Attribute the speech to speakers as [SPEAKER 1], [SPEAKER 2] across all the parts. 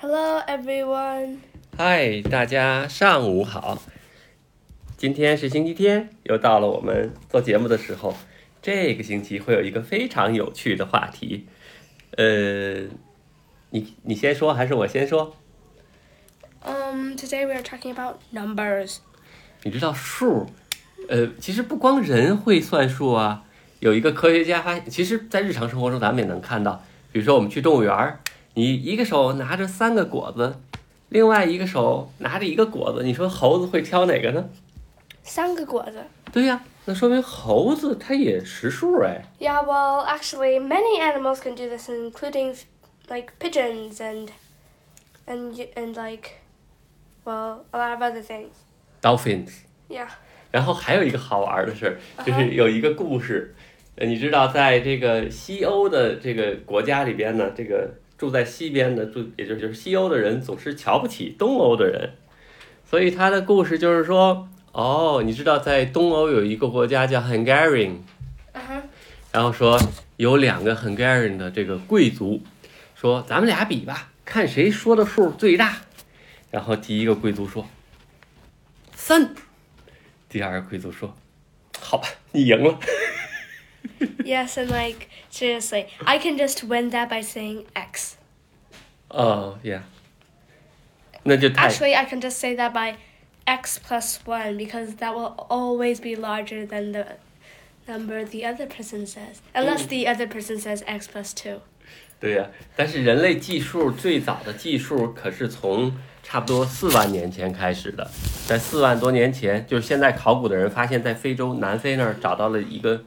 [SPEAKER 1] Hello everyone，
[SPEAKER 2] 嗨，大家上午好。今天是星期天，又到了我们做节目的时候。这个星期会有一个非常有趣的话题，呃，你你先说还是我先说？
[SPEAKER 1] um, today we are talking about numbers.
[SPEAKER 2] 你知道数，呃，其实不光人会算数啊，有一个科学家发现，其实，在日常生活中咱们也能看到，比如说我们去动物园儿，你一个手拿着三个果子，另外一个手拿着一个果子，你说猴子会挑哪个呢？
[SPEAKER 1] 三个果子。
[SPEAKER 2] 对呀、那说明猴子它也识数哎。
[SPEAKER 1] Yeah, well, actually, many animals can do this, including like pigeons and and y- and like, well, a lot of other things.
[SPEAKER 2] Dolphins。
[SPEAKER 1] Yeah.
[SPEAKER 2] 然后还有一个好玩的事儿，就
[SPEAKER 1] 啊哈
[SPEAKER 2] 是有一个故事，呃，你知道，在这个西欧的这个国家里边呢，这个住在西边的住，也就是就是西欧的人总是瞧不起东欧的人，所以他的故事就是说，哦，你知道，在东欧有一个国家叫 Hungarian，
[SPEAKER 1] Uh huh.
[SPEAKER 2] 然后说有两个 Hungarian 的这个贵族，说咱们俩比吧，看谁说的数最大。然后第一个贵族说三，第二个贵族说好吧，你赢了。
[SPEAKER 1] Yes, and like seriously, I can just win that by saying X.
[SPEAKER 2] 哦、y e a h 那就太
[SPEAKER 1] Actually, I can just say that by X plus one because that will always be larger than the number the other person says, unless the other person says X plus two.
[SPEAKER 2] 对呀、但是人类计数最早的计数可是从差不多四万年前开始的，在四万多年前，就是现在考古的人发现，在非洲南非那儿找到了一个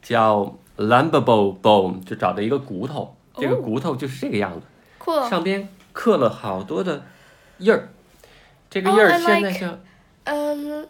[SPEAKER 2] 叫 Lumbabo bone，就找到一个骨头，这个
[SPEAKER 1] 哦
[SPEAKER 2] 骨头就是这个样子，
[SPEAKER 1] Cool.
[SPEAKER 2] 上边刻了好多的印儿，这个印
[SPEAKER 1] Oh,
[SPEAKER 2] 儿
[SPEAKER 1] I
[SPEAKER 2] 现在
[SPEAKER 1] like-
[SPEAKER 2] 叫、
[SPEAKER 1] um,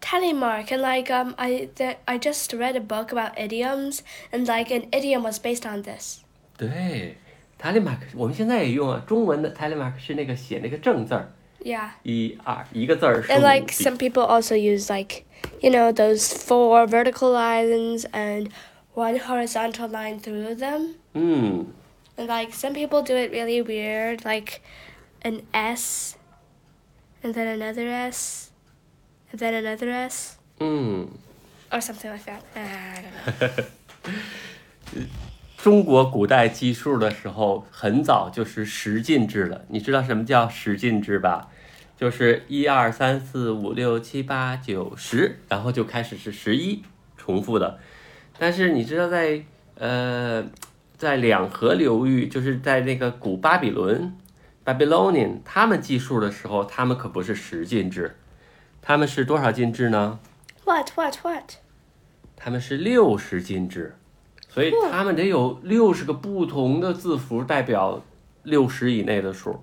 [SPEAKER 1] telemark and like um, I th- I just read a book about idioms and like an idiom was based on this.
[SPEAKER 2] 对 telemark，我们现在也用啊，中文的 telemark 是那个写那个正字儿，
[SPEAKER 1] Yeah.
[SPEAKER 2] 一二一个字儿是
[SPEAKER 1] And
[SPEAKER 2] 五
[SPEAKER 1] like
[SPEAKER 2] 笔
[SPEAKER 1] some people also use like you know those four vertical lines and one horizontal line through them.
[SPEAKER 2] 嗯。
[SPEAKER 1] And like some people do it really weird, like an S and then another S and then another S
[SPEAKER 2] 嗯
[SPEAKER 1] or something like that. Ah, I don't know.
[SPEAKER 2] 中国古代计数的时候，很早就是十进制了。你知道什么叫十进制吧？就是一二三四五六七八九十，然后就开始是十一，重复的。但是你知道在呃，在两河流域，就是在那个古巴比伦 （Babylonian），他们计数的时候，他们可不是十进制，他们是多少进制呢？
[SPEAKER 1] What? What? What?
[SPEAKER 2] 他们是六十进制，所以他们得有六十个不同的字符代表六十以内的数。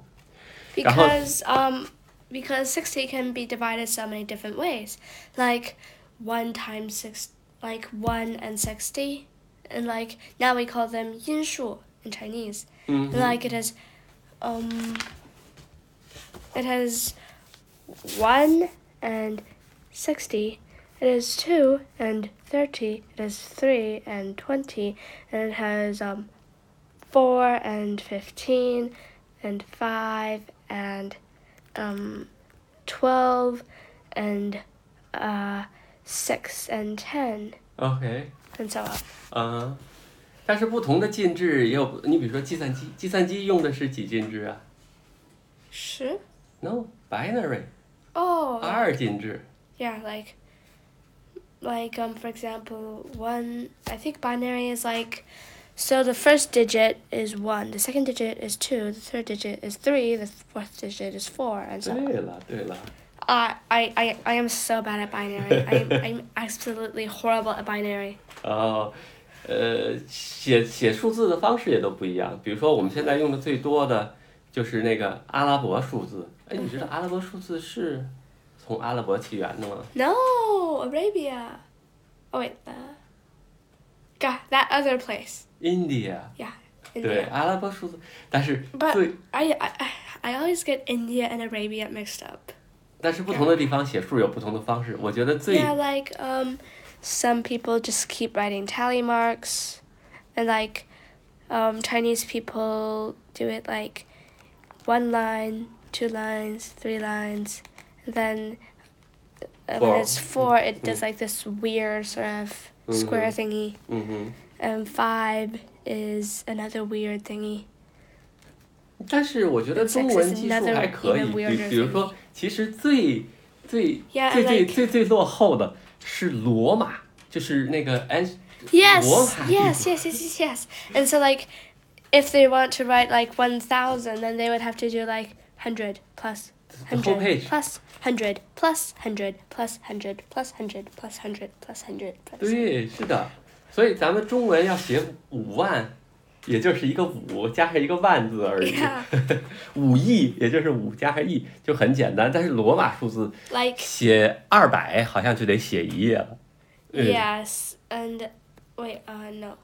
[SPEAKER 1] Uh-huh.
[SPEAKER 2] 然后-
[SPEAKER 1] Because um because 60 can be divided so many different ways. Like 1 times 6 like 1 and 60 and like now we call them yinshu in Chinese.
[SPEAKER 2] 嗯
[SPEAKER 1] And Mm-hmm. like it has um it has 1 and 60 it has 2 and 30 it has 3 and 20 and it has um 4 and 15 and 5 and um 12 and uh 6 and 10
[SPEAKER 2] ，OK，
[SPEAKER 1] and so on
[SPEAKER 2] 嗯，但是不同的进制也有不，你比如说计算机，计算机用的是几进制啊
[SPEAKER 1] sure
[SPEAKER 2] ？No，binary，
[SPEAKER 1] oh
[SPEAKER 2] 二进制。
[SPEAKER 1] Yeah, like like um for example, one I think binary is like so the first digit is 1, the second digit is 2, the third digit is 3, the fourth digit is 4 and so
[SPEAKER 2] 对了，对了，
[SPEAKER 1] I I I, I am so bad at binary. I am, I'm absolutely horrible at binary.
[SPEAKER 2] 哦，呃，写写数字的方式也都不一样。比如说我们现在用的最多的就是那个阿拉伯数字。哎，你知道阿拉伯数字是从阿拉伯起源的吗？
[SPEAKER 1] No, Arabia. Oh wait, uh, God, that other place.
[SPEAKER 2] India，对，
[SPEAKER 1] India.
[SPEAKER 2] 阿拉伯数字，但是
[SPEAKER 1] But
[SPEAKER 2] 最
[SPEAKER 1] I, I I always get India and Arabia mixed up.
[SPEAKER 2] 但是不同的地方写数有不同的方式。我觉得最
[SPEAKER 1] Yeah, like um, some people just keep writing tally marks, and like um, Chinese people do it like one line, two lines, three lines, and then uh,
[SPEAKER 2] Four.
[SPEAKER 1] when it's four, it does like this weird sort of square thingy.
[SPEAKER 2] 嗯哼。
[SPEAKER 1] And five is another weird thingy.
[SPEAKER 2] 但是我觉得
[SPEAKER 1] Six
[SPEAKER 2] 中
[SPEAKER 1] is
[SPEAKER 2] 文基数
[SPEAKER 1] another
[SPEAKER 2] 还可以，
[SPEAKER 1] even
[SPEAKER 2] 比
[SPEAKER 1] weirder
[SPEAKER 2] 比如说
[SPEAKER 1] thingy，
[SPEAKER 2] 其实最最
[SPEAKER 1] Yeah, I
[SPEAKER 2] 最最
[SPEAKER 1] like-
[SPEAKER 2] 最最落后的是罗马，就是那个安
[SPEAKER 1] Yes,
[SPEAKER 2] Wow.
[SPEAKER 1] yes, yes, yes, yes, yes. And so like, if they want to write like one thousand, then they would have to do like hundred plus.
[SPEAKER 2] The whole
[SPEAKER 1] Hundred
[SPEAKER 2] page.
[SPEAKER 1] plus hundred plus hundred plus hundred plus hundred plus hundred plus hundred plus
[SPEAKER 2] 对，是的，所以咱们中文要写五万，也就是一个五加上一个万字而已
[SPEAKER 1] Yeah.
[SPEAKER 2] 五亿也就是五加上亿就很简单，但是罗马数字
[SPEAKER 1] like
[SPEAKER 2] 写二百好像就得写一页了。嗯
[SPEAKER 1] yes and wait uh no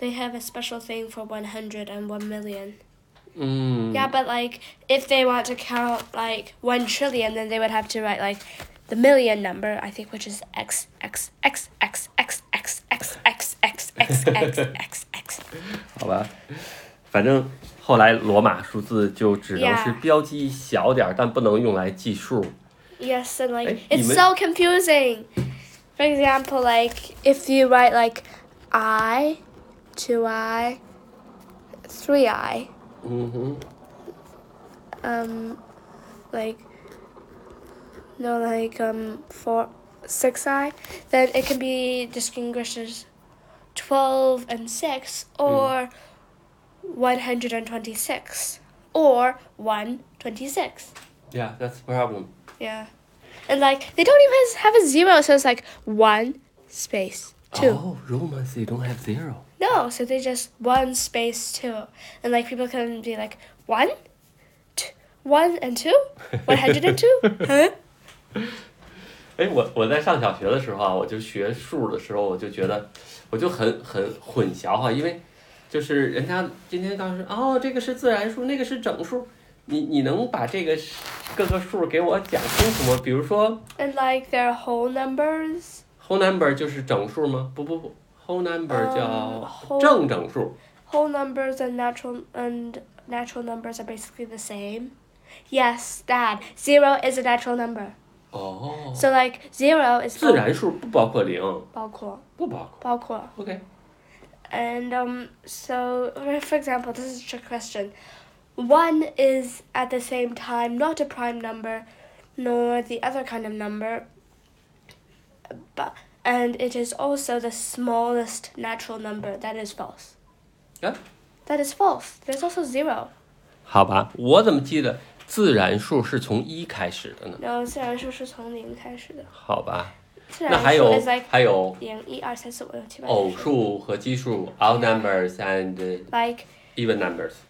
[SPEAKER 1] they have a special thing for 100 and 1 million
[SPEAKER 2] 嗯
[SPEAKER 1] yeah but like if they want to count like 1 trillion then they would have to write like the million number i think which is x x x x x x x x x x x x x
[SPEAKER 2] 好吧，反正后来罗马数字就只能是
[SPEAKER 1] Yeah.
[SPEAKER 2] 标记小点儿，但不能用来计数。
[SPEAKER 1] Yes, and like
[SPEAKER 2] Hey,
[SPEAKER 1] it's
[SPEAKER 2] you
[SPEAKER 1] so confusing. For example, like if you write like I, two I, three I,
[SPEAKER 2] 嗯哼，
[SPEAKER 1] um, like no, like um four, six I, then it can be distinguished as twelve and six, or one hundred and twenty-six, or one twenty-six.
[SPEAKER 2] Yeah, that's the problem.
[SPEAKER 1] Yeah. And like they don't even have a zero, so it's like one space two.
[SPEAKER 2] Oh, Romans they don't have zero.
[SPEAKER 1] No, so they just one space two. And like people can be like one, t- one and two, one hundred and two, huh?
[SPEAKER 2] 哎，我我在上小学的时候啊，我就学数的时候，我就觉得我就很很混淆哈、因为就是人家今天刚说哦，这个是自然数，那个是整数，你你能把这个各个数给我讲清楚吗？比如说
[SPEAKER 1] And like their whole numbers.
[SPEAKER 2] whole number 就是整数吗？不不不，whole number
[SPEAKER 1] 嗯
[SPEAKER 2] 叫
[SPEAKER 1] ，whole-
[SPEAKER 2] 正整数。
[SPEAKER 1] Whole numbers and natural and natural numbers are basically the same. Yes, Dad. Zero is a natural number.
[SPEAKER 2] 哦，
[SPEAKER 1] So like zero is
[SPEAKER 2] 自然数不包括零，不包括。
[SPEAKER 1] 包括包括
[SPEAKER 2] OK，
[SPEAKER 1] And um, so, for example, this is a trick question. One is at the same time not a prime number, nor the other kind of number, but and it is also the smallest natural number. That is false.
[SPEAKER 2] Yeah.
[SPEAKER 1] That is false. There's also zero.
[SPEAKER 2] 好吧，我怎么记得自然数是从一开始的呢？
[SPEAKER 1] No, 自然数是从零开始的。自然数
[SPEAKER 2] 好吧，那还有
[SPEAKER 1] is like E
[SPEAKER 2] 还有。
[SPEAKER 1] 零一二三四五六七八。
[SPEAKER 2] 偶数和奇数 （odd numbers and
[SPEAKER 1] Like
[SPEAKER 2] even numbers）。嗯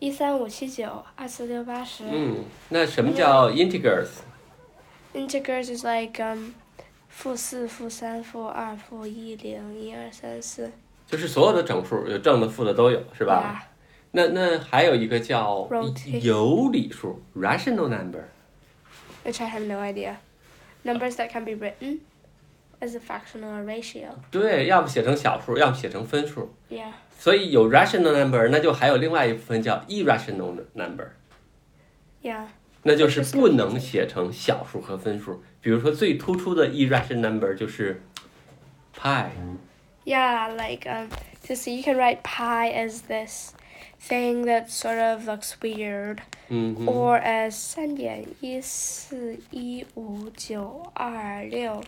[SPEAKER 1] 一三五七九二四六八十。
[SPEAKER 2] 嗯，那什么叫 integers？
[SPEAKER 1] Integers is like um, 负四、负三、负二、负一、零、一、二、三、四，
[SPEAKER 2] 就是所有的整数，有正的、负的都有，是吧？那那还有一个叫
[SPEAKER 1] 啊 Rotate
[SPEAKER 2] 有理数 （rational number）。
[SPEAKER 1] Which I have no idea. Numbers that can be written as a fraction or a ratio.
[SPEAKER 2] 对，要不写成小数，要不写成分数。
[SPEAKER 1] Yeah.
[SPEAKER 2] 所以有 rational number，那就还有另外一部分叫 irrational number，
[SPEAKER 1] Yeah.
[SPEAKER 2] 那就是不能写成小数和分数。比如说最突出的 irrational number 就是 pi。
[SPEAKER 1] Yeah, like um, so, so you can write pi as this thing that sort of looks weird,
[SPEAKER 2] 嗯哼。
[SPEAKER 1] or as 三点一四一五九二六,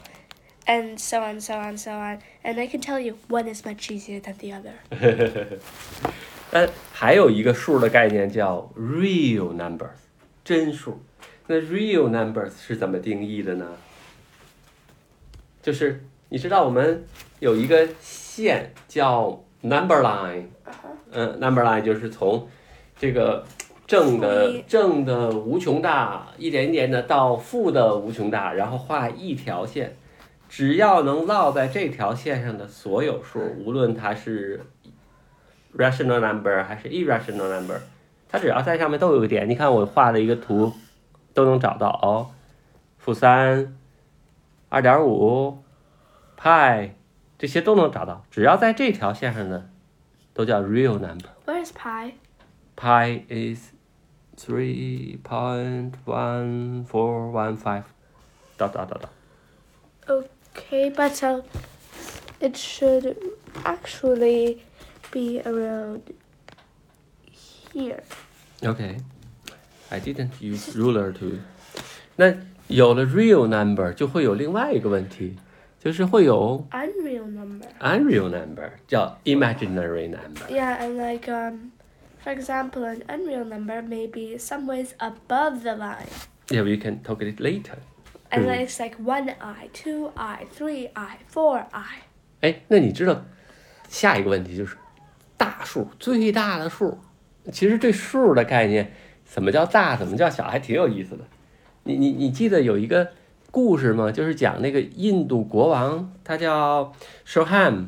[SPEAKER 1] and so on, so on, so on. And I can tell you one is much easier than the other.
[SPEAKER 2] 但还有一个数的概念叫 real numbers，真数。那 real numbers 是怎么定义的呢？就是你知道我们有一个线叫 number line，嗯、n u m b e r line 就是从这个正
[SPEAKER 1] 负
[SPEAKER 2] 的
[SPEAKER 1] 一
[SPEAKER 2] 正的无穷大一点一点的到负的无穷大，然后画一条线。只要能落在这条线上的所有数，无论它是 rational number 还是 irrational number，它只要在上面都有个点。你看我画的一个图，都能找到哦，负三、二点五、派这些都能找到，只要在这条线上的都叫 real number。
[SPEAKER 1] Where's pi?
[SPEAKER 2] Pi is three point one four one five，dot dot dot dot。
[SPEAKER 1] Okay, but uh, it should actually be around here.
[SPEAKER 2] Okay, I didn't use ruler to。那有了 real number，就会有另外一个问题，就是会有
[SPEAKER 1] Unreal number.
[SPEAKER 2] unreal number，叫 imaginary number。
[SPEAKER 1] Yeah, and like um, for example, an unreal number may be some ways above the line,
[SPEAKER 2] Yeah, we can talk it later。
[SPEAKER 1] and
[SPEAKER 2] Mm.
[SPEAKER 1] then it's like one eye, two eye, three eye, four eye.
[SPEAKER 2] 哎，那你知道下一个问题就是大数最大的数，其实对数的概念，怎么叫大，怎么叫小，还挺有意思的。你你你记得有一个故事吗？就是讲那个印度国王，他叫 s h a h a m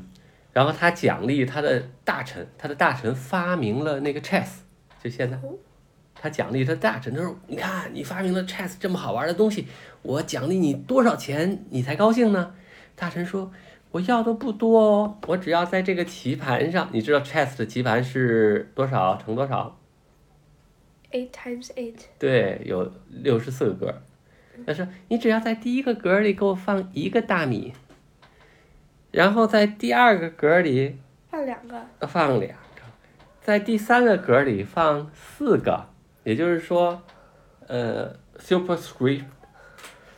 [SPEAKER 2] 然后他奖励他的大臣，他的大臣发明了那个 chess，就现在
[SPEAKER 1] 哦。
[SPEAKER 2] 他奖励他大臣，他说：“你看，你发明了 chess 这么好玩的东西，我奖励你多少钱，你才高兴呢？”大臣说：“我要的不多哦，我只要在这个棋盘上，你知道 chess 的棋盘是多少乘多少？
[SPEAKER 1] Eight times eight.
[SPEAKER 2] 对，有六十四个格儿。他说你只要在第一个格儿里给我放一个大米，然后在第二个格儿里
[SPEAKER 1] 放两个。
[SPEAKER 2] 放两个，在第三个格儿里放四个，也就是说，呃，superscript，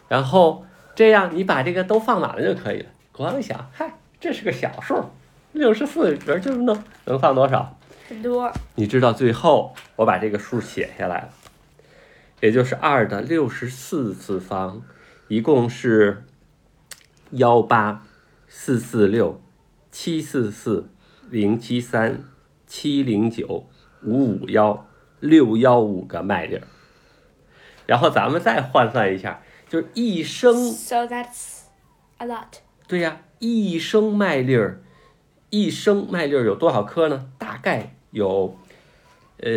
[SPEAKER 2] 然后这样你把这个都放满了就可以了。国王一想，嗨，这是个小数，六十四个格儿就是能能放多少？
[SPEAKER 1] 很多。
[SPEAKER 2] 你知道最后我把这个数写下来了，也就是二的六十四次方，一共是幺八四四六七四四零七三七零九五五幺六幺五个麦粒儿。然后咱们再换算一下，就是一升
[SPEAKER 1] So that's a lot.
[SPEAKER 2] 对呀、一升麦粒儿，一升麦粒儿有多少颗呢？大概有，呃，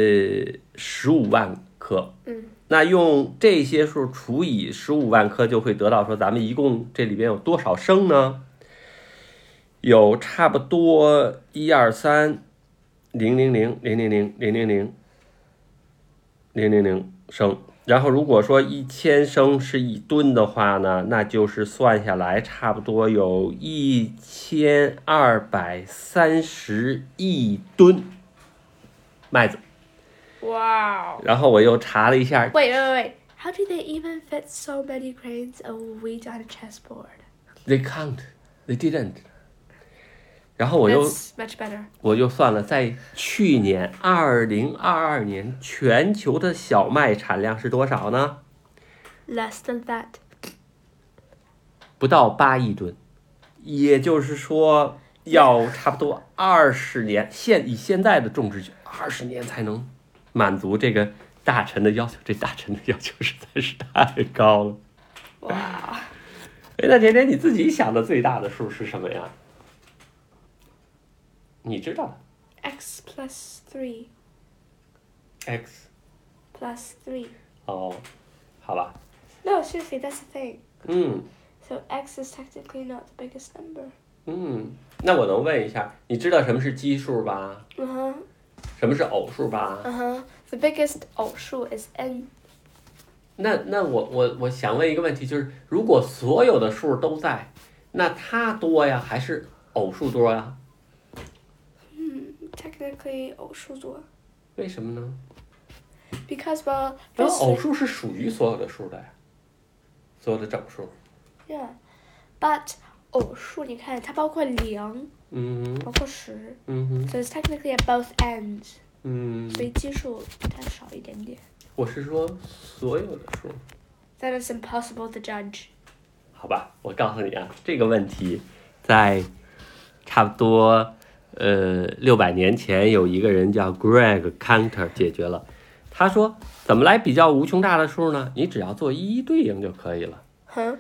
[SPEAKER 2] 十五万颗。
[SPEAKER 1] 嗯，
[SPEAKER 2] 那用这些数除以十五万颗，就会得到说咱们一共这里边有多少升呢？有差不多一二三零零零零零零零零零零零零升。然后如果说一千升是一吨的话呢，那就是算下来差不多有一千二百三十亿吨麦子。
[SPEAKER 1] Wow.
[SPEAKER 2] 然后我又查了一下，
[SPEAKER 1] Wait, wait, wait. How do they even fit so many grains of wheat on a chessboard?
[SPEAKER 2] They can't. They didn't. 然后我又
[SPEAKER 1] That's much better.
[SPEAKER 2] 我又算了，在去年二零二二年，全球的小麦产量是多少呢？
[SPEAKER 1] Less than that.
[SPEAKER 2] 不到八亿吨，也就是说，要差不多二十年，现以现在的种植，二十年才能满足这个大臣的要求。这大臣的要求实在是太高了。
[SPEAKER 1] Wow.
[SPEAKER 2] 哎，那甜甜你自己想的最大的数是什么呀？你知道的。
[SPEAKER 1] X plus 3
[SPEAKER 2] x
[SPEAKER 1] plus 3.
[SPEAKER 2] 哦，好吧，
[SPEAKER 1] No, seriously, that's the thing.
[SPEAKER 2] 嗯
[SPEAKER 1] So X is technically not the biggest number.
[SPEAKER 2] 嗯，那我能问一下，你知道什么是奇数吧？
[SPEAKER 1] Uh huh.
[SPEAKER 2] 什么是偶数吧？
[SPEAKER 1] Uh huh. The biggest 偶数 is n.
[SPEAKER 2] 那那我我我想问一个问题，就是如果所有的数都在，那它多呀，还是偶数多呀？
[SPEAKER 1] Hmm, Technically oh, 偶数多.
[SPEAKER 2] 为什么呢？
[SPEAKER 1] Because well,
[SPEAKER 2] 因为
[SPEAKER 1] firstly-
[SPEAKER 2] 偶数是属于所有的数的呀，所有的整数。
[SPEAKER 1] yeah, but oh, 偶数你看它包括零，
[SPEAKER 2] 嗯
[SPEAKER 1] 包括十
[SPEAKER 2] 嗯哼
[SPEAKER 1] So it's technically at both ends.
[SPEAKER 2] 嗯，
[SPEAKER 1] 所以基数它少一点点。
[SPEAKER 2] 我是说所有的数。
[SPEAKER 1] Then it's impossible to judge.
[SPEAKER 2] 好吧，我告诉你啊，这个问题在差不多呃六百年前，有一个人叫 Greg Cantor 解决了。他说，怎么来比较无穷大的数呢？你只要做一一对应就可以了。
[SPEAKER 1] Huh?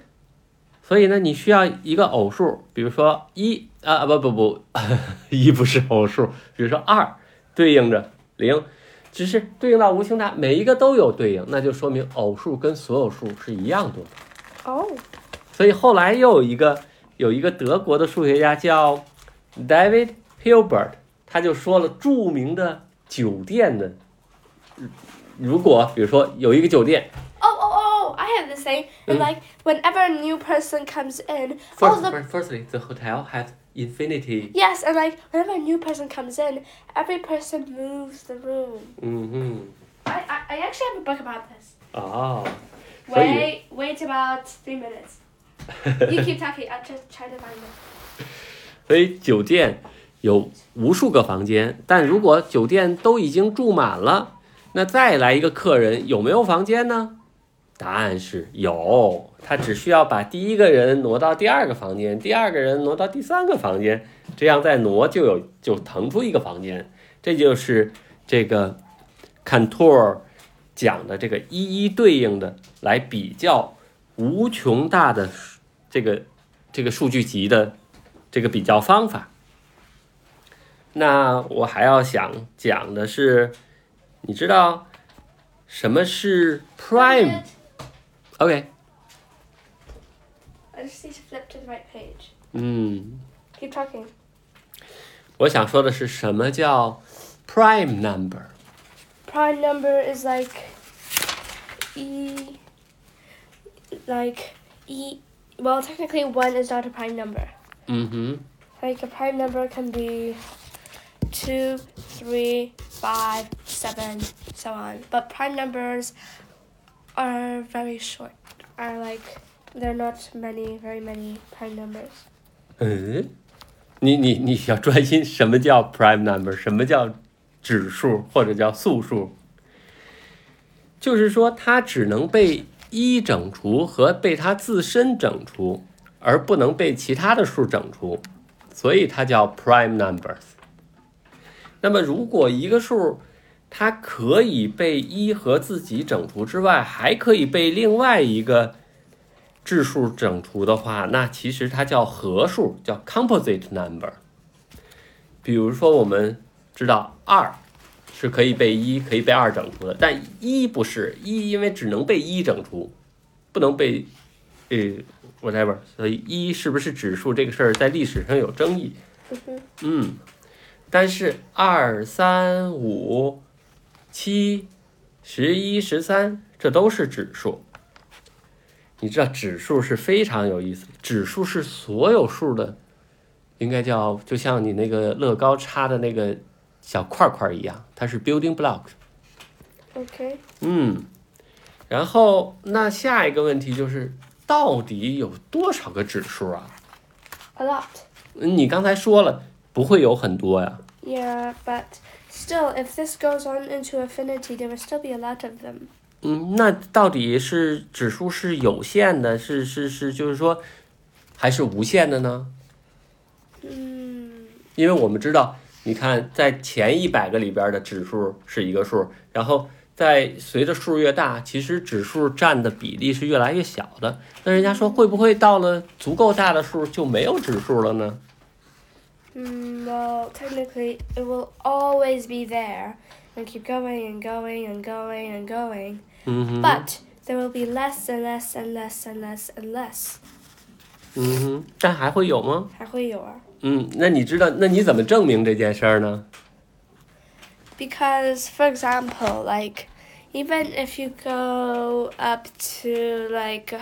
[SPEAKER 2] 所以呢，你需要一个偶数，比如说一啊，啊不不不，一不是偶数，比如说二对应着零，只是对应到无穷大，每一个都有对应，那就说明偶数跟所有数是一样多的。
[SPEAKER 1] Oh.
[SPEAKER 2] 所以后来又有一个有一个德国的数学家叫 David Hilbert，他就说了著名的酒店的嗯如果比如说有一个酒店
[SPEAKER 1] Oh, oh, oh! I have this thing. And like, whenever a new person comes in, all
[SPEAKER 2] ，first
[SPEAKER 1] the
[SPEAKER 2] firstly the hotel has infinity，
[SPEAKER 1] yes, and like whenever a new person comes in, every person moves the room.
[SPEAKER 2] 嗯哼，
[SPEAKER 1] I, I, I actually have a book about this.
[SPEAKER 2] 哦，所以
[SPEAKER 1] Wait, wait about three minutes. You keep talking. I'll just try to find it.
[SPEAKER 2] 所以酒店有无数个房间，但如果酒店都已经住满了，那再来一个客人有没有房间呢？答案是有，他只需要把第一个人挪到第二个房间，第二个人挪到第三个房间，这样再挪就有就腾出一个房间。这就是这个 Cantor 讲的这个一一对应的来比较无穷大的这个这个数据集的这个比较方法。那我还要想讲的是，你知道什么是 prime？OK，、
[SPEAKER 1] I just need to flip to the right page.
[SPEAKER 2] 嗯，
[SPEAKER 1] Keep talking.
[SPEAKER 2] 我想说的是什么叫 prime number？
[SPEAKER 1] prime number is like e like e well technically one is not a prime number
[SPEAKER 2] 嗯哼，
[SPEAKER 1] like a prime number can be two three five seven so on but prime numbers are very short are like there are not many very many prime numbers
[SPEAKER 2] 嗯，你你你要专心，什么叫 prime number？什么叫指数或者叫素数？就是说，它只能被一整除和被它自身整除，而不能被其他的数整除，所以它叫 prime numbers。那么，如果一个数它可以被一和自己整除之外，还可以被另外一个质数整除的话，那其实它叫合数，叫 composite number。比如说，我们知道二是可以被一可以被二整除的，但一不是一，因为只能被一整除，不能被呃 whatever。所以一是不是指数这个事儿在历史上有争议。嗯，但是二三五七十一十三这都是指数。你知道指数是非常有意思的，指数是所有数的，应该叫就像你那个乐高插的那个小块块一样，它是 building block。
[SPEAKER 1] okay
[SPEAKER 2] 嗯，然后那下一个问题就是，到底有多少个指数啊？
[SPEAKER 1] a lot
[SPEAKER 2] 你刚才说了，不会有很多呀。
[SPEAKER 1] yeah but still if this goes on into infinity there will still be a lot of them
[SPEAKER 2] 嗯，那到底是指数是有限的，是是是，就是说，还是无限的呢？
[SPEAKER 1] Hmm.
[SPEAKER 2] 因为我们知道，你看在前一百个里边的指数是一个数，然后在随着数越大，其实指数占的比例是越来越小的。那人家说会不会到了足够大的数就没有指数了呢？
[SPEAKER 1] Mm, well, technically, it will always be there and keep going and going and going and going.
[SPEAKER 2] 嗯哼，
[SPEAKER 1] But there will be less and less and less and less and less.
[SPEAKER 2] 嗯哼，但还会有吗？
[SPEAKER 1] 还会有啊。
[SPEAKER 2] 嗯，那你知道，那你怎么证明这件事儿呢？
[SPEAKER 1] Because, for example, like, even if you go up to like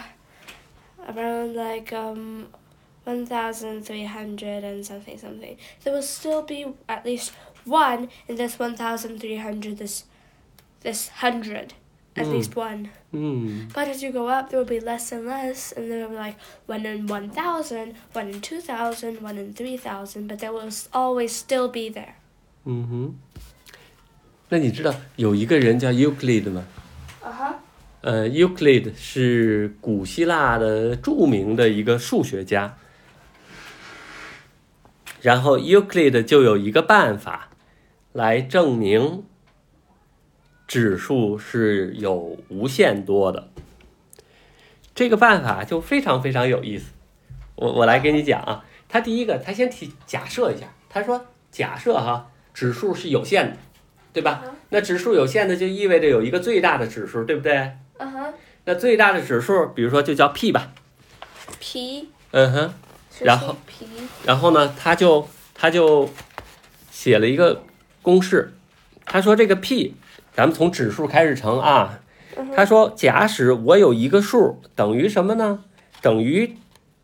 [SPEAKER 1] around like um 1,300 and something something, there will still be at least one in this 1,300, this this hundred, at
[SPEAKER 2] Mm.
[SPEAKER 1] least one.
[SPEAKER 2] 嗯
[SPEAKER 1] But as you go up, there will be less and less, and there will be like one in 1,000, one in 2,000, one in 3,000, but there will s- always still be there.
[SPEAKER 2] 嗯哼，那你知道有一个人叫 Euclid 吗？
[SPEAKER 1] Uh huh.
[SPEAKER 2] 呃，Euclid 是古希腊的著名的一个数学家。然后 Euclid 就有一个办法来证明指数是有无限多的。这个办法就非常非常有意思。我我来给你讲啊，他第一个，他先提假设一下，他说假设哈、指数是有限的，对吧
[SPEAKER 1] 嗯？
[SPEAKER 2] 那指数有限的就意味着有一个最大的指数，对不对？
[SPEAKER 1] Uh huh.
[SPEAKER 2] 那最大的指数，比如说就叫 p 吧，
[SPEAKER 1] P.
[SPEAKER 2] 嗯哼，然后-
[SPEAKER 1] P.
[SPEAKER 2] 然后呢，他就他就写了一个公式，他说这个 p，咱们从指数开始乘啊。他说，假使我有一个数等于什么呢？等于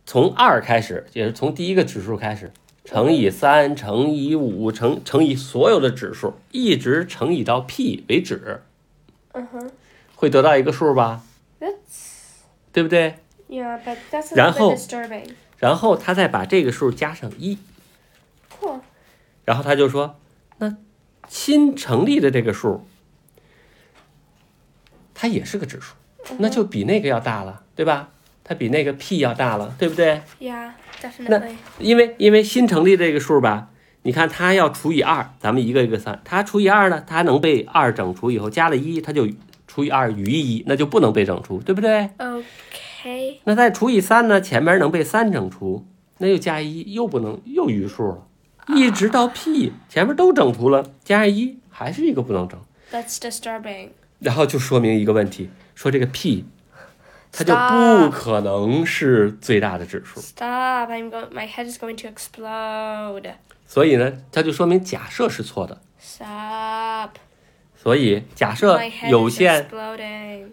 [SPEAKER 2] 从二开始，也是从第一个指数开始，乘以三，乘以五，乘乘以所有的指数，一直乘以到 p 为止，
[SPEAKER 1] Uh huh.
[SPEAKER 2] 会得到一个数吧？
[SPEAKER 1] That's
[SPEAKER 2] 对不对？
[SPEAKER 1] yeah, but that's a little
[SPEAKER 2] 然后-
[SPEAKER 1] bit disturbing.
[SPEAKER 2] 然后他再把这个数加上一，
[SPEAKER 1] Cool.
[SPEAKER 2] 然后他就说，那新成立的这个数，它也是个指数，那就比那个要大了，对吧？它比那个 p 要大了，对不对？
[SPEAKER 1] Yeah, definitely.
[SPEAKER 2] 因为因为新成立这个数吧，你看它要除以二，咱们一个一个算，它除以二呢，它能被二整除以后加了一，它就除以二余一，那就不能被整除，对不对？
[SPEAKER 1] Okay.
[SPEAKER 2] 那再除以三呢，前面能被三整除，那又加一，又不能又余数了，
[SPEAKER 1] 啊
[SPEAKER 2] 一直到 p 前面都整除了，加上一还是一个不能整，
[SPEAKER 1] That's disturbing.
[SPEAKER 2] 然后就说明一个问题，说这个 p 它就
[SPEAKER 1] Stop.
[SPEAKER 2] 不可能是最大的指数。
[SPEAKER 1] Stop. I'm going. My head is going to explode.
[SPEAKER 2] 所以呢，它就说明假设是错的，
[SPEAKER 1] Stop.
[SPEAKER 2] 所以假设
[SPEAKER 1] My head
[SPEAKER 2] 有
[SPEAKER 1] is
[SPEAKER 2] 限
[SPEAKER 1] exploding.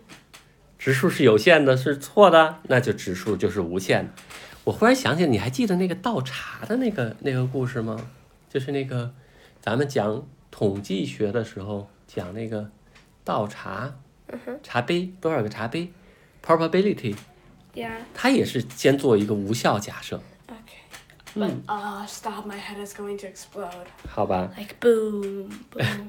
[SPEAKER 2] 指数是有限的，是错的，那就指数就是无限的。我忽然想起，你还记得那个倒茶的那个那个故事吗？就是那个咱们讲统计学的时候讲那个倒茶，茶杯多少个茶杯，probability，
[SPEAKER 1] Yeah.
[SPEAKER 2] 它也是先做一个无效假设，
[SPEAKER 1] Okay.
[SPEAKER 2] Mm.
[SPEAKER 1] But oh, stop! My head is going to explode.
[SPEAKER 2] 好吧？
[SPEAKER 1] Like boom, boom.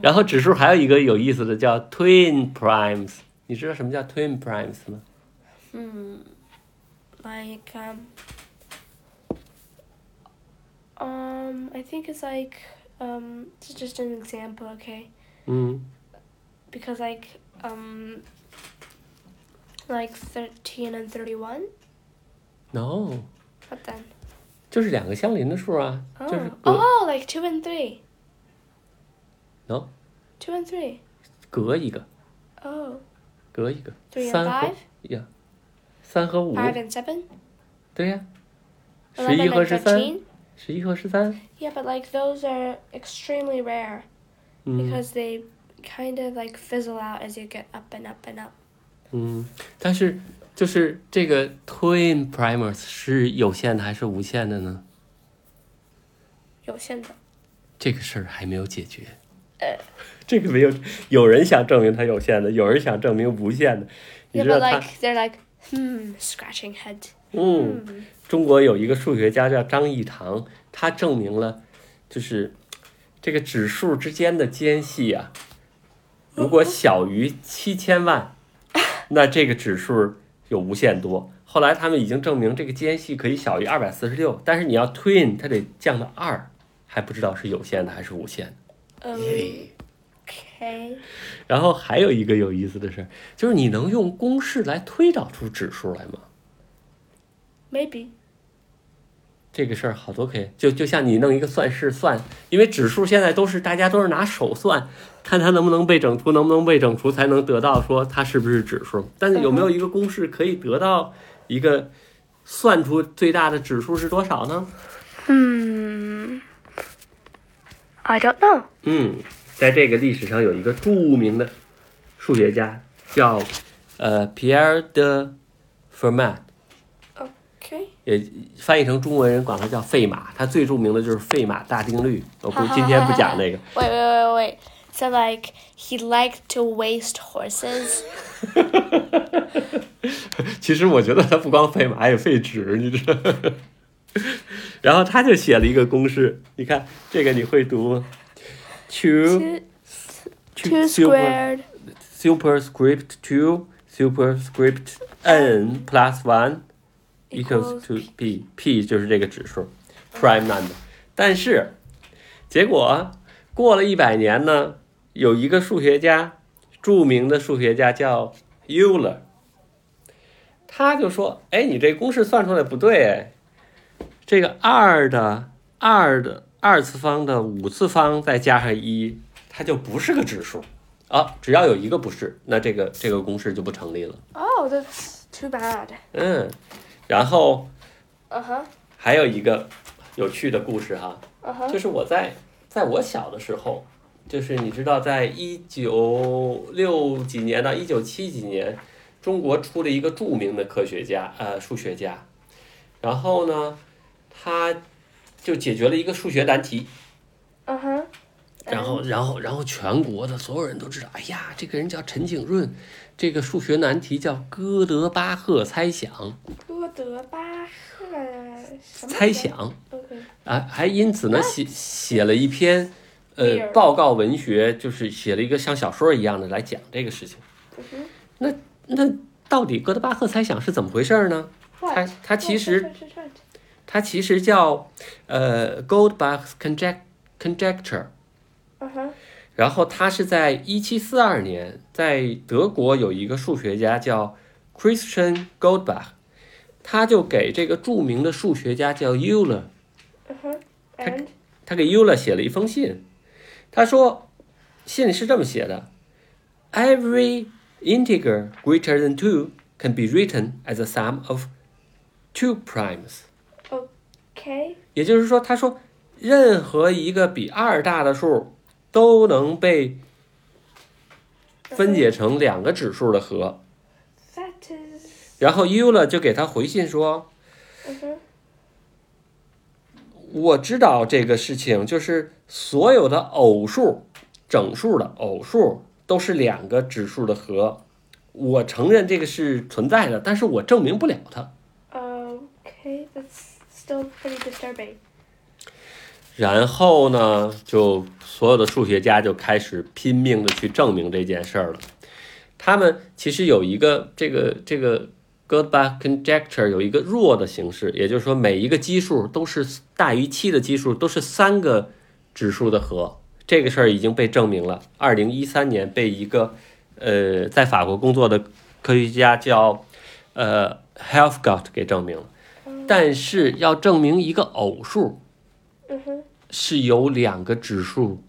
[SPEAKER 2] 然后指数还有一个有意思的叫 twin primes，你知道什么叫 twin primes 吗？
[SPEAKER 1] hmm. Like um. Um, I think it's like um. It's just an example, okay?
[SPEAKER 2] 嗯
[SPEAKER 1] Because like um. Like thirteen and thirty-one.
[SPEAKER 2] ，no。
[SPEAKER 1] What then?
[SPEAKER 2] 就是两个相邻的数啊，
[SPEAKER 1] Oh.
[SPEAKER 2] 就是隔、
[SPEAKER 1] oh, like two and three.
[SPEAKER 2] No.
[SPEAKER 1] Two and three.
[SPEAKER 2] 隔一个，
[SPEAKER 1] Oh.
[SPEAKER 2] 隔一个，
[SPEAKER 1] Three and
[SPEAKER 2] 三和
[SPEAKER 1] five?
[SPEAKER 2] 呀，三和五，
[SPEAKER 1] Five and seven.
[SPEAKER 2] 对呀、十一
[SPEAKER 1] Eleven
[SPEAKER 2] 和
[SPEAKER 1] and
[SPEAKER 2] 十三，
[SPEAKER 1] thirteen.
[SPEAKER 2] 十一和十三，
[SPEAKER 1] Yeah, but like those are extremely rare
[SPEAKER 2] 嗯
[SPEAKER 1] because they kind of like fizzle out as you get up and up and up.
[SPEAKER 2] 嗯，但是就是这个 twin primers 是有限的还是无限的呢？
[SPEAKER 1] 有限的。
[SPEAKER 2] 这个事儿还没有解决。
[SPEAKER 1] 呃，
[SPEAKER 2] 这个没有，有人想证明它有限的，有人想证明无限的，你
[SPEAKER 1] Yeah,
[SPEAKER 2] 知道
[SPEAKER 1] but
[SPEAKER 2] 他，
[SPEAKER 1] like they're like hmm, scratching head.
[SPEAKER 2] 嗯。
[SPEAKER 1] Hmm.
[SPEAKER 2] 中国有一个数学家叫张益唐，他证明了，就是这个指数之间的间隙啊，如果小于七千万， 那这个指数有无限多。后来他们已经证明这个间隙可以小于二百四十六，但是你要 twin，它得降到二，还不知道是有限的还是无限的。
[SPEAKER 1] Um, Okay.
[SPEAKER 2] 然后还有一个有意思的事儿，就是你能用公式来推导出指数来吗？
[SPEAKER 1] Maybe.
[SPEAKER 2] 这个事儿好多可以，就就像你弄一个算式算，因为指数现在都是大家都是拿手算，看它能不能被整除，能不能被整除，才能得到说它是不是指数。但是有没有一个公式可以得到一个算出最大的指数是多少呢？
[SPEAKER 1] Hmm. I don't know.
[SPEAKER 2] 嗯，在这个历史上有一个著名的数学家叫呃 Pierre de Fermat，
[SPEAKER 1] Okay.
[SPEAKER 2] 也翻译成中文人管他叫费马，他最著名的就是费马大定律。我估计今天不讲那个。
[SPEAKER 1] Wait, wait, wait, wait. So like he liked to waste horses.
[SPEAKER 2] 其实我觉得他不光费马，也费纸，你知道。 然后他就写了一个公式，你看这个你会读吗？Two
[SPEAKER 1] Two, two squared.
[SPEAKER 2] superscript two superscript n plus one equals
[SPEAKER 1] Equals
[SPEAKER 2] to p p 就是这个指数 prime number。但是结果过了一百年呢，有一个数学家，著名的数学家叫 Euler，他就说：“哎，你这公式算出来不对哎，这个二的二的二次方的五次方再加上一，它就不是个指数啊。只要有一个不是，那这个这个公式就不成立了。
[SPEAKER 1] Oh, that's too bad.
[SPEAKER 2] 嗯，然后
[SPEAKER 1] Uh huh.
[SPEAKER 2] 还有一个有趣的故事哈、
[SPEAKER 1] Uh huh.
[SPEAKER 2] 就是我在在我小的时候，就是你知道，在一九六几年到一九七几年，中国出了一个著名的科学家，呃，数学家。然后呢，他就解决了一个数学难题，
[SPEAKER 1] Uh huh.
[SPEAKER 2] 然后，然后，然后全国的所有人都知道，哎呀，这个人叫陈景润，这个数学难题叫哥德巴赫猜想，
[SPEAKER 1] 哥德巴赫什么
[SPEAKER 2] 猜想
[SPEAKER 1] OK，
[SPEAKER 2] 啊，还因此呢写写了一篇，呃，
[SPEAKER 1] Weird
[SPEAKER 2] 报告文学，就是写了一个像小说一样的来讲这个事情。
[SPEAKER 1] 嗯哼
[SPEAKER 2] 那那到底哥德巴赫猜想是怎么回事呢？它
[SPEAKER 1] What？
[SPEAKER 2] 它其实
[SPEAKER 1] What, what, what, what, what?
[SPEAKER 2] 它其实叫呃 Goldbach's conject conjecture，
[SPEAKER 1] 嗯哼
[SPEAKER 2] 然后他是在一七四二年，在德国有一个数学家叫 Christian Goldbach，他就给这个著名的数学家叫 Euler，
[SPEAKER 1] 嗯哼
[SPEAKER 2] 它
[SPEAKER 1] ，and
[SPEAKER 2] 他给 Euler 写了一封信，他说信里是这么写的：Every integer greater than two can be written as a sum of two primes。
[SPEAKER 1] okay
[SPEAKER 2] 也就是说，他说任何一个比二大的数都能被分解成两个指数的和。
[SPEAKER 1] that is
[SPEAKER 2] 然后 Euler 就给他回信说。
[SPEAKER 1] 嗯哼
[SPEAKER 2] 我知道这个事情，就是所有的偶数、整数的偶数都是两个指数的和。我承认这个是存在的，但是我证明不了它。
[SPEAKER 1] okay that's still pretty disturbing
[SPEAKER 2] 然后呢，就所有的数学家就开始拼命的去证明这件事儿了。他们其实有一个这个这个 Goldbach conjecture 有一个弱的形式，也就是说每一个基数都是大于七的基数都是三个指数的和。这个事儿已经被证明了。二零一三年被一个呃在法国工作的科学家叫呃 Helfgott 给证明了。但是要证明一个偶数，
[SPEAKER 1] 嗯哼
[SPEAKER 2] 是由两个指数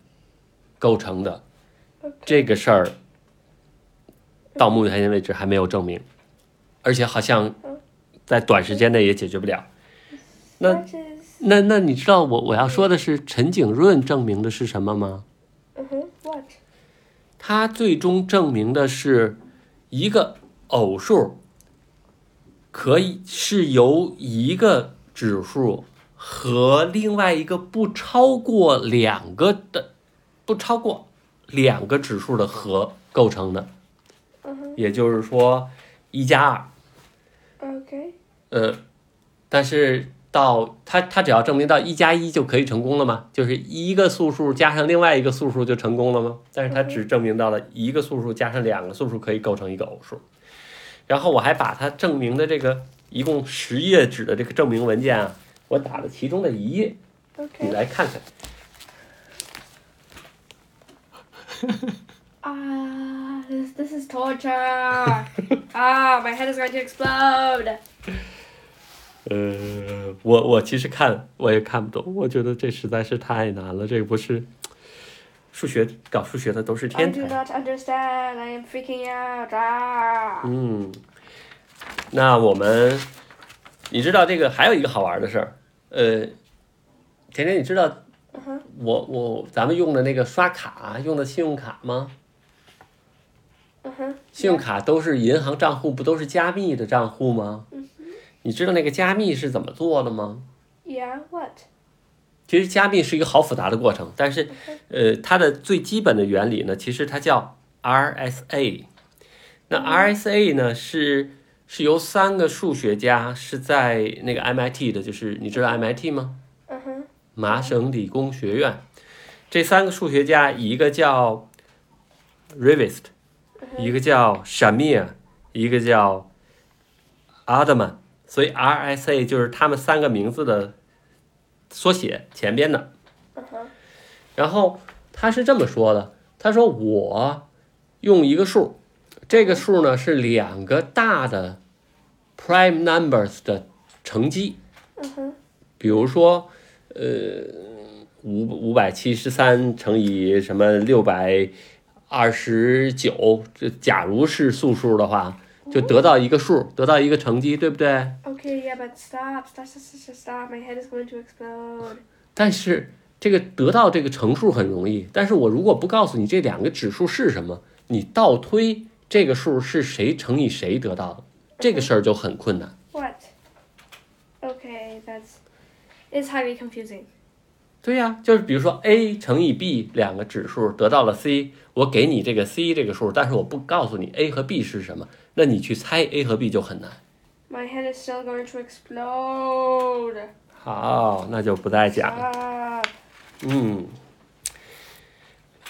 [SPEAKER 2] 构成的
[SPEAKER 1] OK。
[SPEAKER 2] 这个事儿到目前为止还没有证明，而且好像在短时间内也解决不了。那
[SPEAKER 1] that is
[SPEAKER 2] 那那你知道我我要说的是陈景润证明的是什么吗？
[SPEAKER 1] 嗯哼 what
[SPEAKER 2] 他最终证明的是一个偶数可以是由一个指数和另外一个不超过两个的不超过两个指数的和构成的，
[SPEAKER 1] 嗯哼
[SPEAKER 2] 也就是说一加二
[SPEAKER 1] okay
[SPEAKER 2] 呃，但是到它它只要证明到一加一就可以成功了吗？就是一个素数加上另外一个素数就成功了吗？但是它只证明到了一个素数加上两个素数可以构成一个偶数。然后我还把它证明的这个一共十页纸的这个证明文件啊，我打了其中的一页，你
[SPEAKER 1] okay
[SPEAKER 2] 来看看。
[SPEAKER 1] Ah, this, this is torture. ah, my head is going to explode.
[SPEAKER 2] 呃，我我其实看我也看不懂，我觉得这实在是太难了，这不是数学搞数学的都是
[SPEAKER 1] I
[SPEAKER 2] 天才
[SPEAKER 1] do。not understand. I am freaking out. Ah.
[SPEAKER 2] 嗯，那我们，你知道这个还有一个好玩的事儿，呃，甜甜，你知道
[SPEAKER 1] 嗯哼
[SPEAKER 2] 我我咱们用的那个刷卡用的信用卡吗？
[SPEAKER 1] 嗯哼，
[SPEAKER 2] 信用卡都是银行账户，不都是加密的账户吗？
[SPEAKER 1] 嗯
[SPEAKER 2] 你知道那个加密是怎么做的吗？
[SPEAKER 1] Yeah, what?
[SPEAKER 2] 其实加密是一个好复杂的过程，但是，呃，它的最基本的原理呢，其实它叫 RSA。那
[SPEAKER 1] 哦
[SPEAKER 2] RSA 呢是是由三个数学家是在那个 MIT 的，就是你知道 MIT 吗？
[SPEAKER 1] 嗯哼，
[SPEAKER 2] 麻省理工学院。这三个数学家，一个叫 Rivest，一
[SPEAKER 1] 嗯
[SPEAKER 2] 个叫 Shamir，一个叫 Adman，所以 RSA 就是他们三个名字的缩写前边的。
[SPEAKER 1] 嗯哼，
[SPEAKER 2] 然后他是这么说的：“他说我用一个数，这个数呢是两个大的 prime numbers 的乘积，
[SPEAKER 1] 嗯哼，
[SPEAKER 2] 比如说，呃，五五百七十三乘以什么六百二十九，这假如是素数的话，就得到一个数，得到一个乘积，对不对？
[SPEAKER 1] Okay, yeah, but stop, stop, stop, stop, stop. My head is going to explode.
[SPEAKER 2] 但是这个得到这个乘数很容易，但是我如果不告诉你这两个指数是什么，你倒推这个数是谁乘以谁得到的，这个事儿就很困难。
[SPEAKER 1] What? Okay, that's. It's highly confusing.
[SPEAKER 2] 对呀、就是比如说 a 乘以 b 两个指数得到了 c，我给你这个 c 这个数，但是我不告诉你 a 和 b 是什么，那你去猜 a 和 b 就很难。
[SPEAKER 1] My head is still going to explode.
[SPEAKER 2] 好，那就不再讲了。
[SPEAKER 1] Stop.
[SPEAKER 2] 嗯，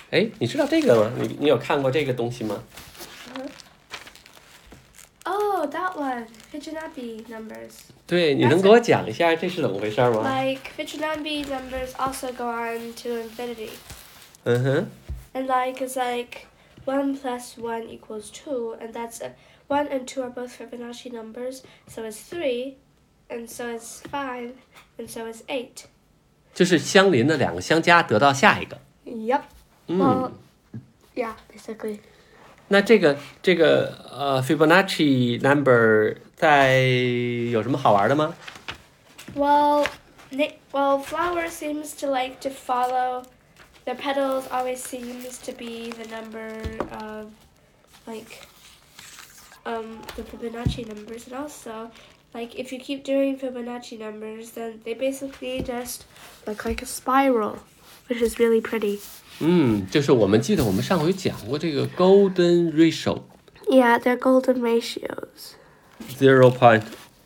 [SPEAKER 2] 哎，你知道这个吗？你你有看过这个东西吗？
[SPEAKER 1] Oh, that one. Fujinabe numbers.
[SPEAKER 2] 对，你能给我讲一下这是怎么回事吗？
[SPEAKER 1] Like, Fujinabe numbers also go on to infinity.
[SPEAKER 2] 嗯哼，
[SPEAKER 1] And like is like one plus one equals two, and that's a, one and two are both Fibonacci numbers, so it's three, and so it's five, and so it's eight.
[SPEAKER 2] 就是相邻的两个相加得到下一个。
[SPEAKER 1] Yep.
[SPEAKER 2] 嗯
[SPEAKER 1] 哦，Yeah, basically.
[SPEAKER 2] 那这个这个呃 Fibonacci number 在有什么好玩的吗？
[SPEAKER 1] Well, na- well, flower seems to like to follow. The petals always seems to be the number of, like, um, the Fibonacci numbers, and also, like, if you keep doing Fibonacci numbers, then they basically just look like a spiral, which is really pretty.
[SPEAKER 2] 嗯，就是我们记得我们上回讲过这个 golden ratio
[SPEAKER 1] Yeah, they're golden ratios.
[SPEAKER 2] zero point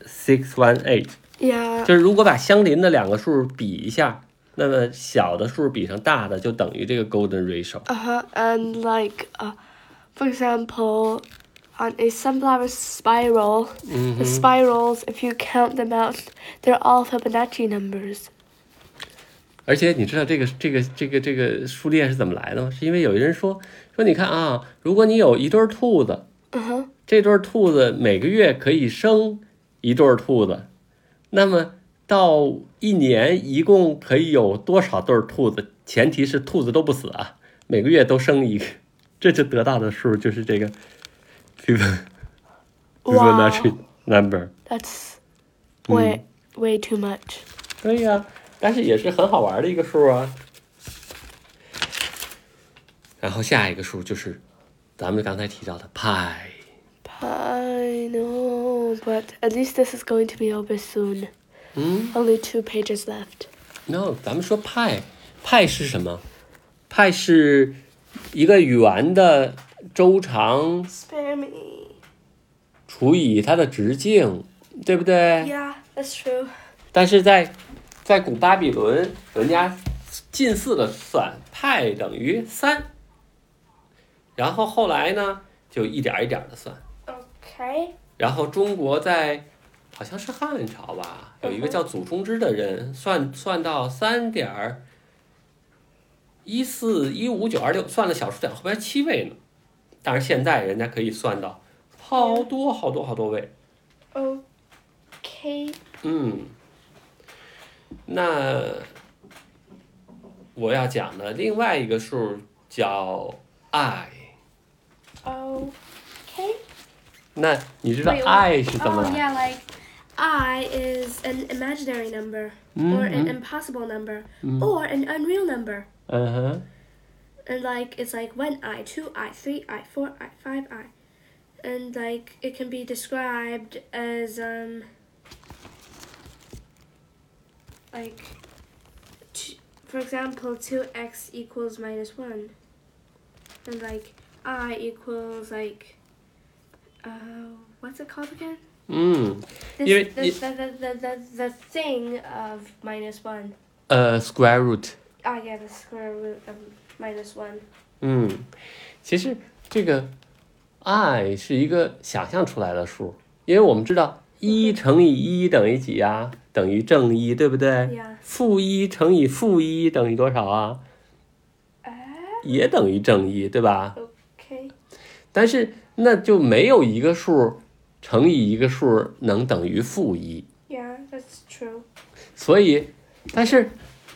[SPEAKER 2] six one eight，
[SPEAKER 1] Yeah.
[SPEAKER 2] 就是如果把相邻的两个数比一下，那么小的数比上大的，就等于这个 golden ratio。
[SPEAKER 1] Uh huh. And like, uh, for example, on a sunflower spiral, the spirals, if you count them out, they're all Fibonacci numbers.
[SPEAKER 2] 而且你知道这个这个这个这个数列是怎么来的吗？是因为有人说说你看啊，如果你有一对儿兔子，
[SPEAKER 1] Uh huh.
[SPEAKER 2] 这对儿兔子每个月可以生一对儿兔子，那么到一年一共可以有多少对儿兔子？前提是兔子都不死啊，每个月都生一个，这就得到的数就是这个 fibon fibonacci number。
[SPEAKER 1] That's way way too much.
[SPEAKER 2] 对呀、但是也是很好玩的一个数啊。然后下一个数就是咱们刚才提到的派。
[SPEAKER 1] I know, but at least this is going to be over soon.
[SPEAKER 2] 嗯
[SPEAKER 1] Only two pages left.
[SPEAKER 2] ，no，咱们说派，派是什么？派是一个圆的周长
[SPEAKER 1] Spare me.
[SPEAKER 2] 除以它的直径，对不对
[SPEAKER 1] Yeah, that's true.
[SPEAKER 2] 但是在在古巴比伦，人家近似的算派等于三，然后后来呢，就一点儿一点的算。
[SPEAKER 1] Okay.
[SPEAKER 2] 然后中国在好像是汉朝吧，有一个叫祖冲之的人，算算到三点儿一四一五九二六，算了小数点后边七位呢。但是现在人家可以算到好多好多好多位，
[SPEAKER 1] Okay.
[SPEAKER 2] 嗯。那我要讲的另外一个数叫 i，
[SPEAKER 1] Okay.
[SPEAKER 2] 那你知道
[SPEAKER 1] 对我
[SPEAKER 2] i 是怎么
[SPEAKER 1] Oh
[SPEAKER 2] 来
[SPEAKER 1] yeah,
[SPEAKER 2] 的？嗯
[SPEAKER 1] like I is an imaginary number or an impossible number or an unreal number.
[SPEAKER 2] 嗯哼，
[SPEAKER 1] And like it's like one I, two I, three I, four I, five I. And like it can be described as um like t- for example, 2x equals minus 1. And like I equals like uh what's it called again?
[SPEAKER 2] 嗯，
[SPEAKER 1] This,
[SPEAKER 2] You-
[SPEAKER 1] this, the, the, the, the, the thing of minus one.
[SPEAKER 2] 呃，square root。
[SPEAKER 1] Ah, yeah, the square root of minus one.
[SPEAKER 2] 嗯，其实这个 i 是一个想象出来的数，因为我们知道一乘以一等于几呀、等于正一，对不对？
[SPEAKER 1] Yeah.
[SPEAKER 2] 负一乘以负一等于多少啊？
[SPEAKER 1] Ah,
[SPEAKER 2] 也等于正一，对吧？
[SPEAKER 1] okay.
[SPEAKER 2] 但是那就没有一个数乘以一个数能等于负一，
[SPEAKER 1] Yeah, that's true.
[SPEAKER 2] 所以，但是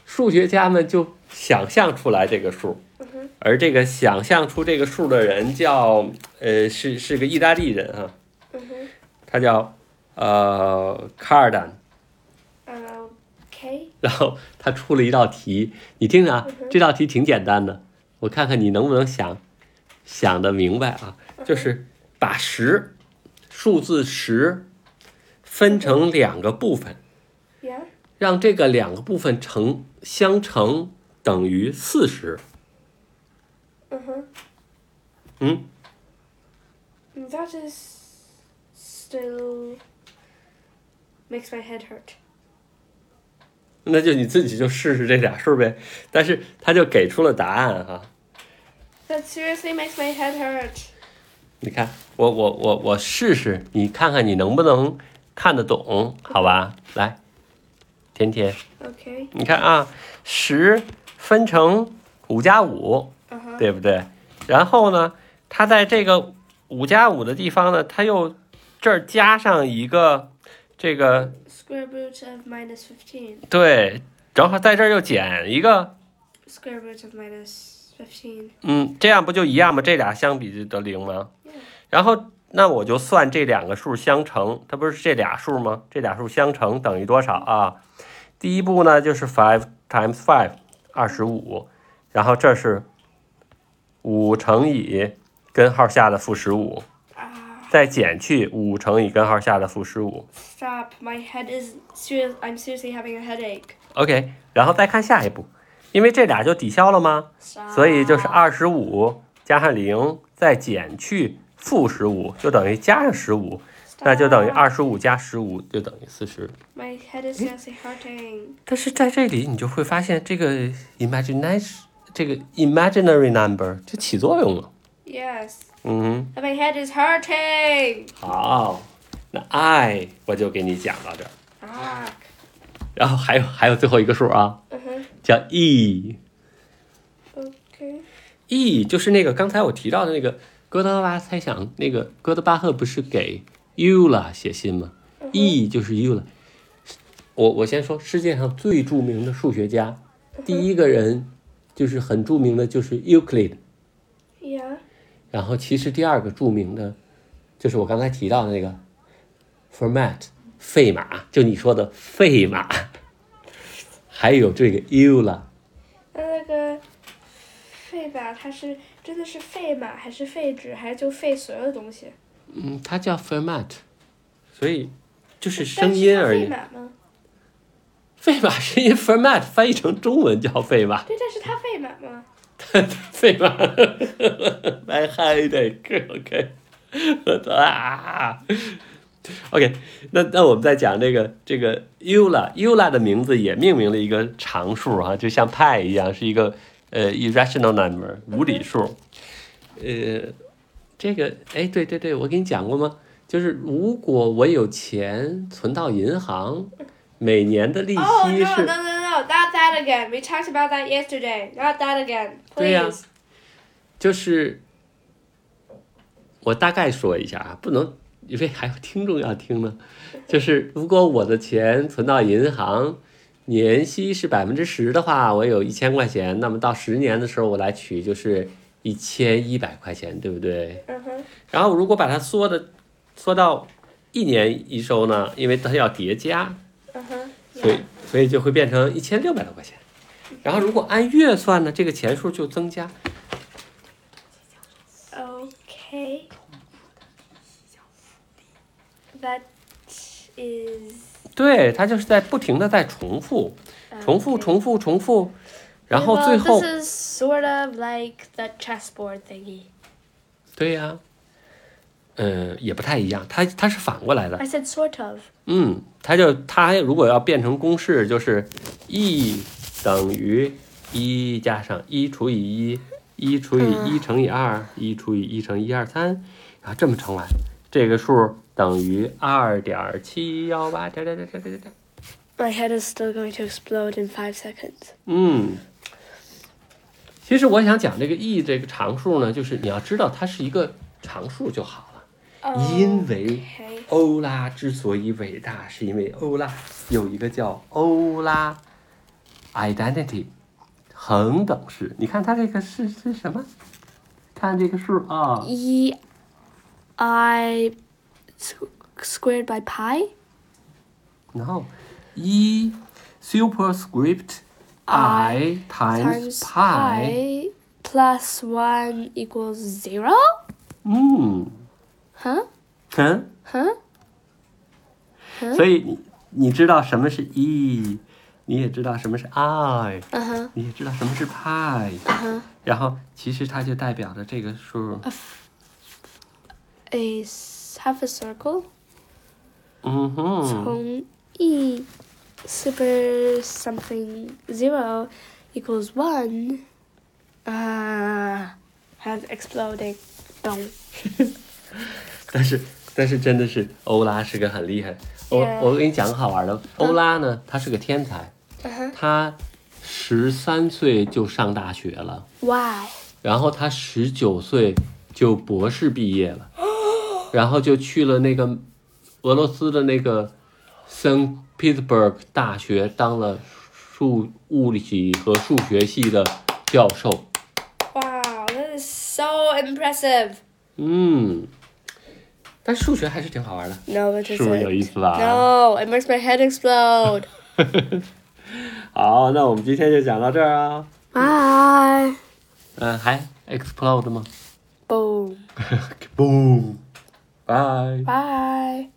[SPEAKER 2] 数学家们就想象出来这个数，
[SPEAKER 1] Mhm.
[SPEAKER 2] 而这个想象出这个数的人叫呃是是个意大利人啊，他叫呃卡尔丹，
[SPEAKER 1] Mhm. Okay.
[SPEAKER 2] 然后他出了一道题，你听着啊，这道题挺简单的，我看看你能不能想想得明白啊。就是把十数字十分成两个部分，
[SPEAKER 1] Yeah.
[SPEAKER 2] 让这个两个部分乘相乘等于四十。
[SPEAKER 1] Uh huh.
[SPEAKER 2] 嗯，
[SPEAKER 1] That is still makes my head hurt.
[SPEAKER 2] 那就你自己就试试这俩数呗。但是他就给出了答案哈、啊
[SPEAKER 1] That seriously makes my head hurt.
[SPEAKER 2] 你看，我我我我试试，你看看你能不能看得懂，好吧？来，甜甜，
[SPEAKER 1] Okay.
[SPEAKER 2] 你看啊，十分成五加五，
[SPEAKER 1] Uh huh.
[SPEAKER 2] 对不对？然后呢，它在这个五加五的地方呢，它又这儿加上一个这个
[SPEAKER 1] Square root of minus fifteen.
[SPEAKER 2] 对，然后在这儿又减一个，
[SPEAKER 1] Square root of minus fifteen.
[SPEAKER 2] 嗯，这样不就一样吗？这俩相比就得零吗？
[SPEAKER 1] Yeah.
[SPEAKER 2] 然后那我就算这两个数相乘，它不是这俩数吗？这俩数相乘等于多少啊？第一步呢就是 five times five，二十五，然后这是五乘以根号下的负十五，
[SPEAKER 1] Ah.
[SPEAKER 2] 再减去五乘以根号下的负十五。
[SPEAKER 1] Stop. My head is serious. I'm seriously having a headache.
[SPEAKER 2] OK，然后再看下一步，因为这俩就抵消了吗？
[SPEAKER 1] Stop.
[SPEAKER 2] 所以就是二十五加上零，再减去负十五，就等于加上十五。那就等于
[SPEAKER 1] Stop.
[SPEAKER 2] 二十五加十五就等于四十。
[SPEAKER 1] My head
[SPEAKER 2] Hmm?
[SPEAKER 1] is seriously hurting.
[SPEAKER 2] 但是在这里你就会发现，这个 imagination 这个 imaginary number 就起作用了。
[SPEAKER 1] Yes.
[SPEAKER 2] 嗯
[SPEAKER 1] My head is hurting.
[SPEAKER 2] 哼，好，那 I 我就给你讲到这儿。
[SPEAKER 1] Ah.
[SPEAKER 2] 然后还有还有最后一个数啊，
[SPEAKER 1] Uh huh.
[SPEAKER 2] 叫 E。
[SPEAKER 1] Okay.
[SPEAKER 2] E 就是那个刚才我提到的那个哥德巴猜想，那个哥德巴赫不是给 Euler 写信吗？E 就是 Euler。我我先说，世界上最著名的数学家，第一个人就是很著名的就是 Euclid，
[SPEAKER 1] Yeah.
[SPEAKER 2] 然后其实第二个著名的就是我刚才提到的那个 Fermat 费马，就你说的费马， 还有这个 Euler。
[SPEAKER 1] 那那个废吧，它是真的是废马，还是废纸，还是就废所有东西？
[SPEAKER 2] 嗯，它叫 Fermat，所以就是
[SPEAKER 1] 但
[SPEAKER 2] 声
[SPEAKER 1] 是
[SPEAKER 2] 音
[SPEAKER 1] 它
[SPEAKER 2] 而
[SPEAKER 1] 废
[SPEAKER 2] 已。
[SPEAKER 1] 马吗？
[SPEAKER 2] 费马声音 Fermat 翻译成中文叫费马，
[SPEAKER 1] 对，但是它废马吗？
[SPEAKER 2] 费马 ，my headache，OK，、我的 啊，OK，那那我们再讲这个这个 Euler，Euler 的名字也命名了一个常数啊，就像派一样，是一个呃 irrational number 无理数，呃，这个哎，对对对，我给你讲过吗？就是如果我有钱存到银行，每年的利息
[SPEAKER 1] Oh no
[SPEAKER 2] 是。
[SPEAKER 1] no no no! Not that again. We talked about that yesterday. Not that again.
[SPEAKER 2] 对呀
[SPEAKER 1] Please.
[SPEAKER 2] 就是我大概说一下啊，不能因为还有听众要听呢。就是如果我的钱存到银行，年息是百分之十的话，我有一千块钱，那么到十年的时候我来取就是一千一百块钱，对不对？
[SPEAKER 1] 嗯哼，
[SPEAKER 2] 然后如果把它缩的缩到一年一收呢，因为它要叠加，
[SPEAKER 1] 嗯哼。
[SPEAKER 2] 所以所以就会变成一千六百多块钱。然后如果按月算呢，这个钱数就增加。
[SPEAKER 1] Okay. That is.
[SPEAKER 2] 对，它就是在不停的在重复，重复，重复，重复，然后
[SPEAKER 1] Well,
[SPEAKER 2] 最后
[SPEAKER 1] this，is sort of like the chessboard thingy.
[SPEAKER 2] 对呀、呃，也不太一样，它它是反过来的
[SPEAKER 1] I，said sort of.
[SPEAKER 2] 嗯，它就它如果要变成公式，就是 e 等于一加上一除以一，一除以一乘以二，一除以一乘以一二三，然后这么乘完，这个数等于二点七幺八，点点点点点点。
[SPEAKER 1] My head is still going to explode in five seconds.
[SPEAKER 2] 嗯，其实我想讲这个 e 这个常数呢，就是你要知道它是一个常数就好了，因为
[SPEAKER 1] Okay.
[SPEAKER 2] 欧拉之所以伟大，是因为欧拉有一个叫欧拉 identity 恒等式。你看它这个是是什么？看这个数啊、
[SPEAKER 1] E I s- squared by pi?
[SPEAKER 2] 然后一 superscript i times pi。
[SPEAKER 1] pi plus one equals zero?
[SPEAKER 2] 嗯
[SPEAKER 1] Huh?
[SPEAKER 2] 嗯
[SPEAKER 1] Huh?
[SPEAKER 2] 所以你你知道什么是 e，你也知道什么是 i，
[SPEAKER 1] Uh huh.
[SPEAKER 2] 你也知道什么是 pi，
[SPEAKER 1] Uh huh.
[SPEAKER 2] 然后其实它就代表着这个数，
[SPEAKER 1] A s- half a circle.
[SPEAKER 2] 嗯哼，
[SPEAKER 1] 从 e super something zero equals one. Ah, has exploding. Boom.
[SPEAKER 2] 但是但是真的是欧拉是个很厉害，我
[SPEAKER 1] Yeah
[SPEAKER 2] 我给你讲个好玩的，欧拉呢，他是个天才，
[SPEAKER 1] Uh huh.
[SPEAKER 2] 他十三岁就上大学了，
[SPEAKER 1] Wow.
[SPEAKER 2] 然后他十九岁就博士毕业了，然后就去了那个俄罗斯的那个 Saint Petersburg 大学当了数物理和数学系的教授。
[SPEAKER 1] Wow, that is so impressive.
[SPEAKER 2] 嗯，但数学还是挺好玩的，
[SPEAKER 1] No, it
[SPEAKER 2] 是不是有
[SPEAKER 1] isn't.
[SPEAKER 2] 意思吧？
[SPEAKER 1] No, Oh, it makes my head explode.
[SPEAKER 2] 好，那我们今天就讲到这儿啊。
[SPEAKER 1] Bye.
[SPEAKER 2] 嗯、还 explode 吗
[SPEAKER 1] Oh, Boom.
[SPEAKER 2] ？Boom，bye。
[SPEAKER 1] Bye.